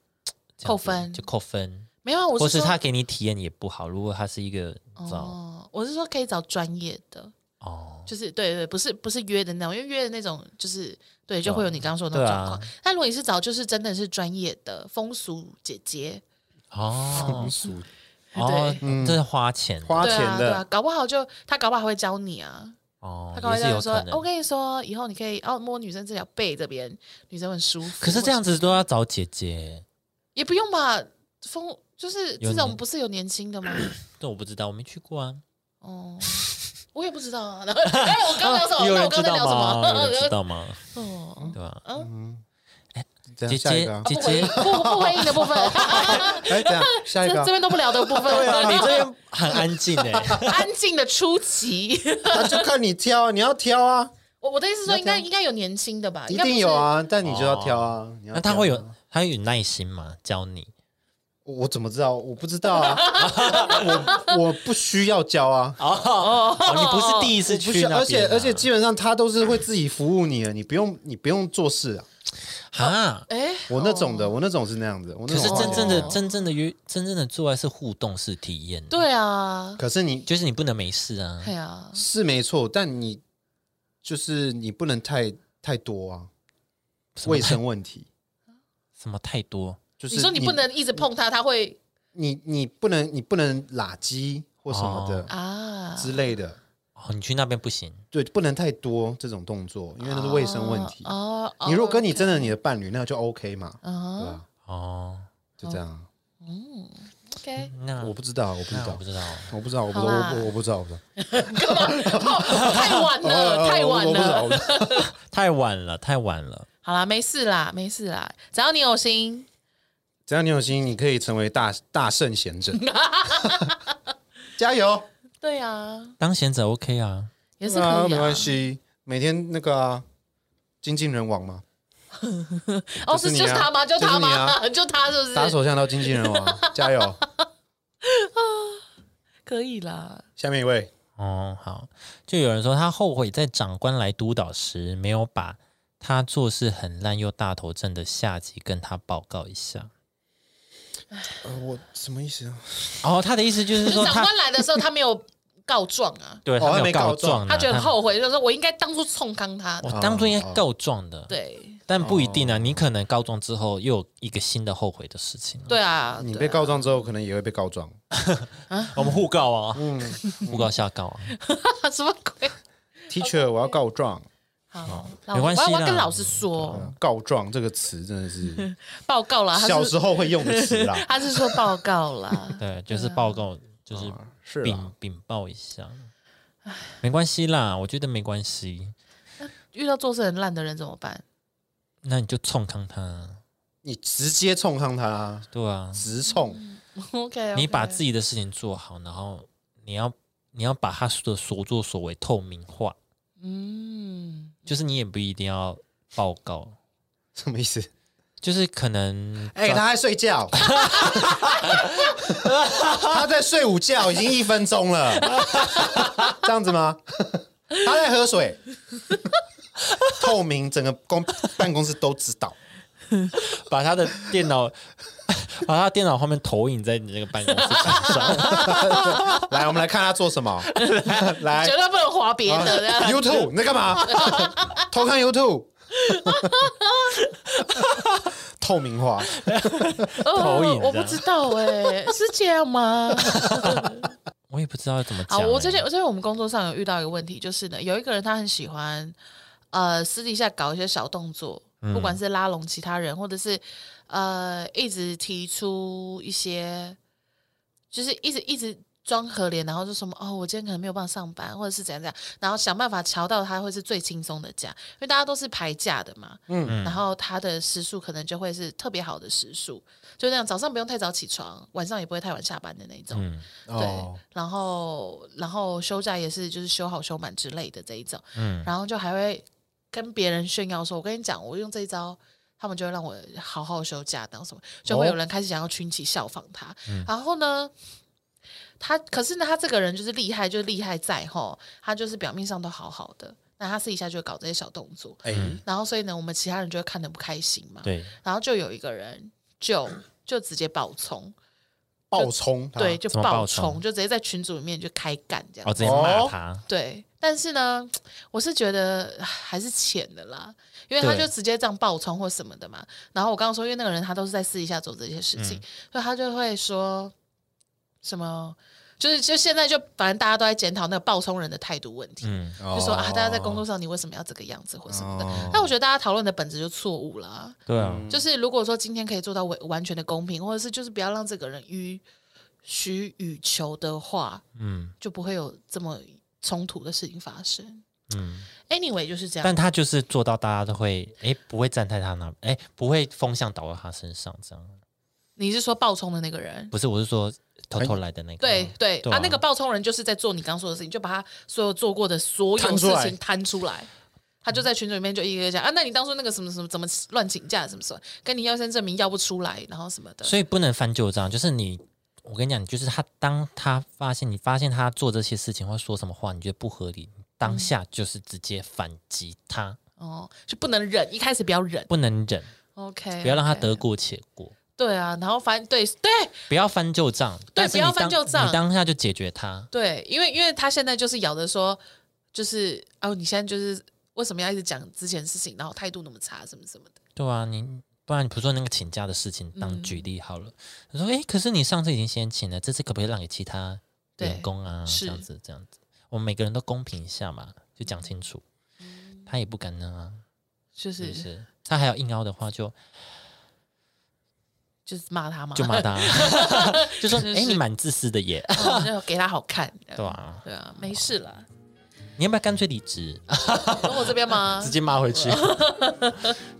这样子扣分就扣分，没有啊，我或是是说他给你体验也不好。如果他是一个你知道哦，我是说可以找专业的。哦，就是对对，不是不是约的那种，因为约的那种就是对，就会有你刚刚说的那对种啊状况。但如果你是找就是真的是专业的风俗姐姐，哦风俗哦 (laughs) 对，这是花钱的花对啊钱对的啊，搞不好就她搞不好还会教你啊，哦她搞不，好也教是有你说可，哦我能。跟你说，以后你可以哦摸女生这条背这边，女生很舒服。可是这样子都要找姐姐，也不用吧，风就是有这种年不是有年 (laughs) 轻的吗？这我不知道，我没去过啊。哦。我也不知道啊， (laughs) 然后哎，哦我刚聊什么？哦有那我人刚知才道聊什 (laughs) 吗？有人知么？道吗？ (laughs) 哦，对吧？嗯，嗯等一姐下下一姐个啊，姐不回姐，不不回应的部 (laughs) 分，哎，等一下下一这个这啊，边都不聊的部分，对 (laughs) 啊，你这边很安静哎， (laughs) 安静的出奇。那就看你挑啊，你要挑啊，我我的意思是说，应该应该有年轻的吧？一应该不定是有。啊，但你就要挑啊。你要哦那挑他啊会有他会有耐心吗？教你我我怎么知道？我不知道啊， (laughs) 我我不需要教啊，哦，你不是第一我次不去需要，那而且边啊，而且基本上他都是会自己服务你的，你不用你不用做事啊。啊，哎，我那种的，我那种是那样子，我那可种是花真钱正的哦真正的约真正的做爱是互动式体验，，对啊，可是你就是你不能没事啊哎，呀，是没错，但你就是你不能太太多啊，什么卫生问题什么太多就是你说你不能一直碰它，它会你你不能你不能拉鸡或什么的啊之类的，哦，你去那边不行，对，不能太多这种动作，因为那是卫生问题。哦，哦你如果跟你真的你的伴侣，那就 OK 嘛，对哦吧？哦，就这样，啊，OK，那我不知道，我不知那我道不。知道，我不知道，我不知道，好啦我不我不知道，我不知道， (laughs) 哦哦太晚了，太晚我不知道，了我。不知道。 (laughs) 太晚了，太晚了，好啦，没事啦，没事啦，只要你有心，只要你有心，你可以成为大大圣 (laughs) 贤者， (laughs) 加油！对啊，当贤者 OK 啊，也是可以啊，啊，没关系，每天那个啊，精尽人亡嘛，哦，就是是你啊就是他吗？就他就是你吗？ (laughs) 就他是不打是？手枪到精尽人亡， (laughs) 加油！可以啦，下面一位，哦，好，就有人说他后悔在长官来督导时没有把他做事很烂又大头症的下级跟他报告一下。呃，我什么意思啊？哦，他的意思就是就说长他官来的时候他没有告状啊，对哦他他哦没没有告告状状啊，他觉得很后悔，就是说我应该当初冲康他。我当初应该告状的，，对但不一定啊，你可能告状之后又有一个新的后悔的事情啊。对啊，你对啊被告状之后，可能也会被告 (laughs) 状。我们互告啊， (laughs) 嗯互告下告啊， (laughs) 什么鬼？ Teacher，我要告状，哦好，没关系啦。我要我要跟老师说，告状这个词真 (laughs) 的是报告啦。嗯他小时啊是，候会用的词啦 (laughs) 他是说报告啦 (laughs) 对，啊就是报告，哦就是啊是啊禀啦，禀报一下，没关系啦，我觉得没关系，遇到做事很烂的人怎么办？ (laughs) 那你就冲康他啊，你直接冲上他，对啊，直冲， OK，你把自己己的事情做好，然后你要你要把他的所作所为透明化，嗯，就是你也不一定要报告，什么意思？就是可 (laughs) 能哎，他在睡觉， (laughs) 他在睡午觉，已经一分钟了，这样子吗？他在喝水，透明，整个公办公室都知道。把他的电脑 (laughs) 把他电脑画面投影在你那个办公室 (laughs) 墙上，来，我们来看他做什么。哎来啊绝对不能划别的。这样，YouTube 你在干嘛？偷看 YouTube，透明化。哦 (laughs) 投影我这不样知道哎，是这样吗？我也不知道怎么好，讲、我最欸近我最近我们工作上有遇到一个问题，就是呢，有一个人他很喜欢，呃，私底下搞一些小动作，嗯不管是拉拢其他人，或者是呃，一直提出一些，就是一直一直装可怜，然后就什么哦，我今天可能没有办法上班，或者是怎样怎样，然后想办法瞧到他会是最轻松的假，因为大家都是排假的嘛，嗯，然后他的时数可能就会是特别好的时数，就那样早上不用太早起床，晚上也不会太晚下班的那种，嗯对哦，，然后然后休假也是就是休好休满之类的这一种，嗯然后就还会跟别人炫耀说：“我跟你讲，我用这一招，他们就会让我好好休假，然后什么，就哦会有人开始想要群起效仿他。嗯然后呢，他可是呢，他这个人就是厉害，就是厉害在吼，他就是表面上都好好的，那他私底下就会搞这些小动作，哎，然后所以呢，我们其他人就会看得不开心嘛。对，然后就有一个人就就直接爆冲，爆冲，对，，就怎么爆冲，冲哦就直接在群组里面就开干这样我子直接骂他，对，但是呢，我是觉得唉还是浅的啦，因为他对就直接这样爆冲或什么的嘛。然后我刚刚说，因为那个人他都是在私底下做这些事嗯情，所以他就会说什么，就是就现在就反正大家都在检讨那个爆冲人的态度问题，嗯，就就说啊，大家在工作上你为什么要这个样子或什么的。哦但我觉得大家讨论的本质就错误了，对啊，就是如果说今天可以做到完完全的公平，或者是就是不要让这个人予取予求的话，嗯，就不会有这么冲突的事情发生。 anyway 就是这样嗯但。他就是做到大家都会哎不会站在他那哎不会风向倒到他身上这样，你是说暴冲的那个人？不是我是说偷偷来的那个，哎对对对啊啊那个暴冲人就是在做你刚说的事情，就把他所有做过的所有摊事出来情摊出来。他就在群组里面就一个一个讲啊，那你当初那个什么什么怎么乱请假什么什么，跟你要身证明要不出来，然后什么的。所以不能翻旧账，就是你。我跟你讲，就是他，当他发现你发现他做这些事情或说什么话，你觉得不合理，当下就是直接反击他，哦，就不能忍，一开始不要忍不能忍， ，OK，不要让他 OK 得。过且过，对啊，然后反正对对不要翻旧账，但是不要你当翻旧账你当下就解决他，对，因为因为他现在就是咬着说，就是哦，你现在就是为什么要一直讲之前的事情，然后态度那么差，什么什么的。对啊，你不然你比如说那个请假的事情当举例好了，你说哎，诶可是你上次已经先请了，这次可不可以让给其他对员工啊？是这样子这样子，我们每个人都公平一下嘛，就讲清楚，嗯他也不敢呢、啊，就是是不是？他还要硬凹的话就，哦就是骂他嘛，就 (laughs) 骂他、就说是哎、是诶你蛮自私的 (laughs) 耶，哦就给他好看，对啊？对啊，没事了。你要不要干脆离职，啊啊跟我这边吗哦直？接骂回去？哦 (laughs)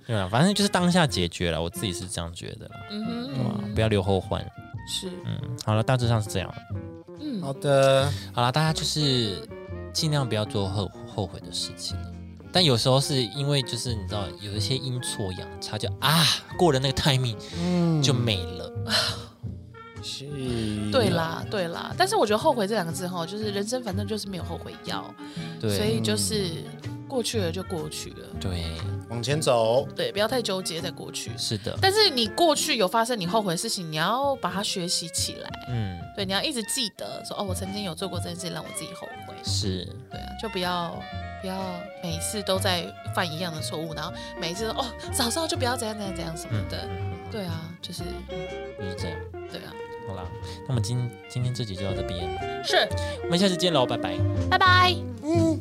对啊，反正就是当下解决了，我自己是这样觉得啦，嗯对哼，吧、不要留后患。是，嗯，好了，大致上是这样。好的，好了，大家就是尽量不要做后后悔的事情了。但有时候是因为就是你知道有一些阴错阳差，就啊过了那个 timing 嗯，就没了。是对，啦，对啦。但是我觉得后悔这两个字哈，就是人生反正就是没有后悔药，所对嗯以就是过去了就过去了，对，往前走，对，不要太纠结在过去。是的，但是你过去有发生你后悔的事情，你要把它学习起来，嗯，对，你要一直记得说哦，我曾经有做过这件事情让我自己后悔，是对啊，就不要不要每一次都在犯一样的错误，然后每一次都哦早知道就不要怎样怎样怎样什么的，对啊，就是就是这样。对啊，好啦，那么今今天这集就到这边，是，我们下次见喽，拜拜。拜拜。嗯，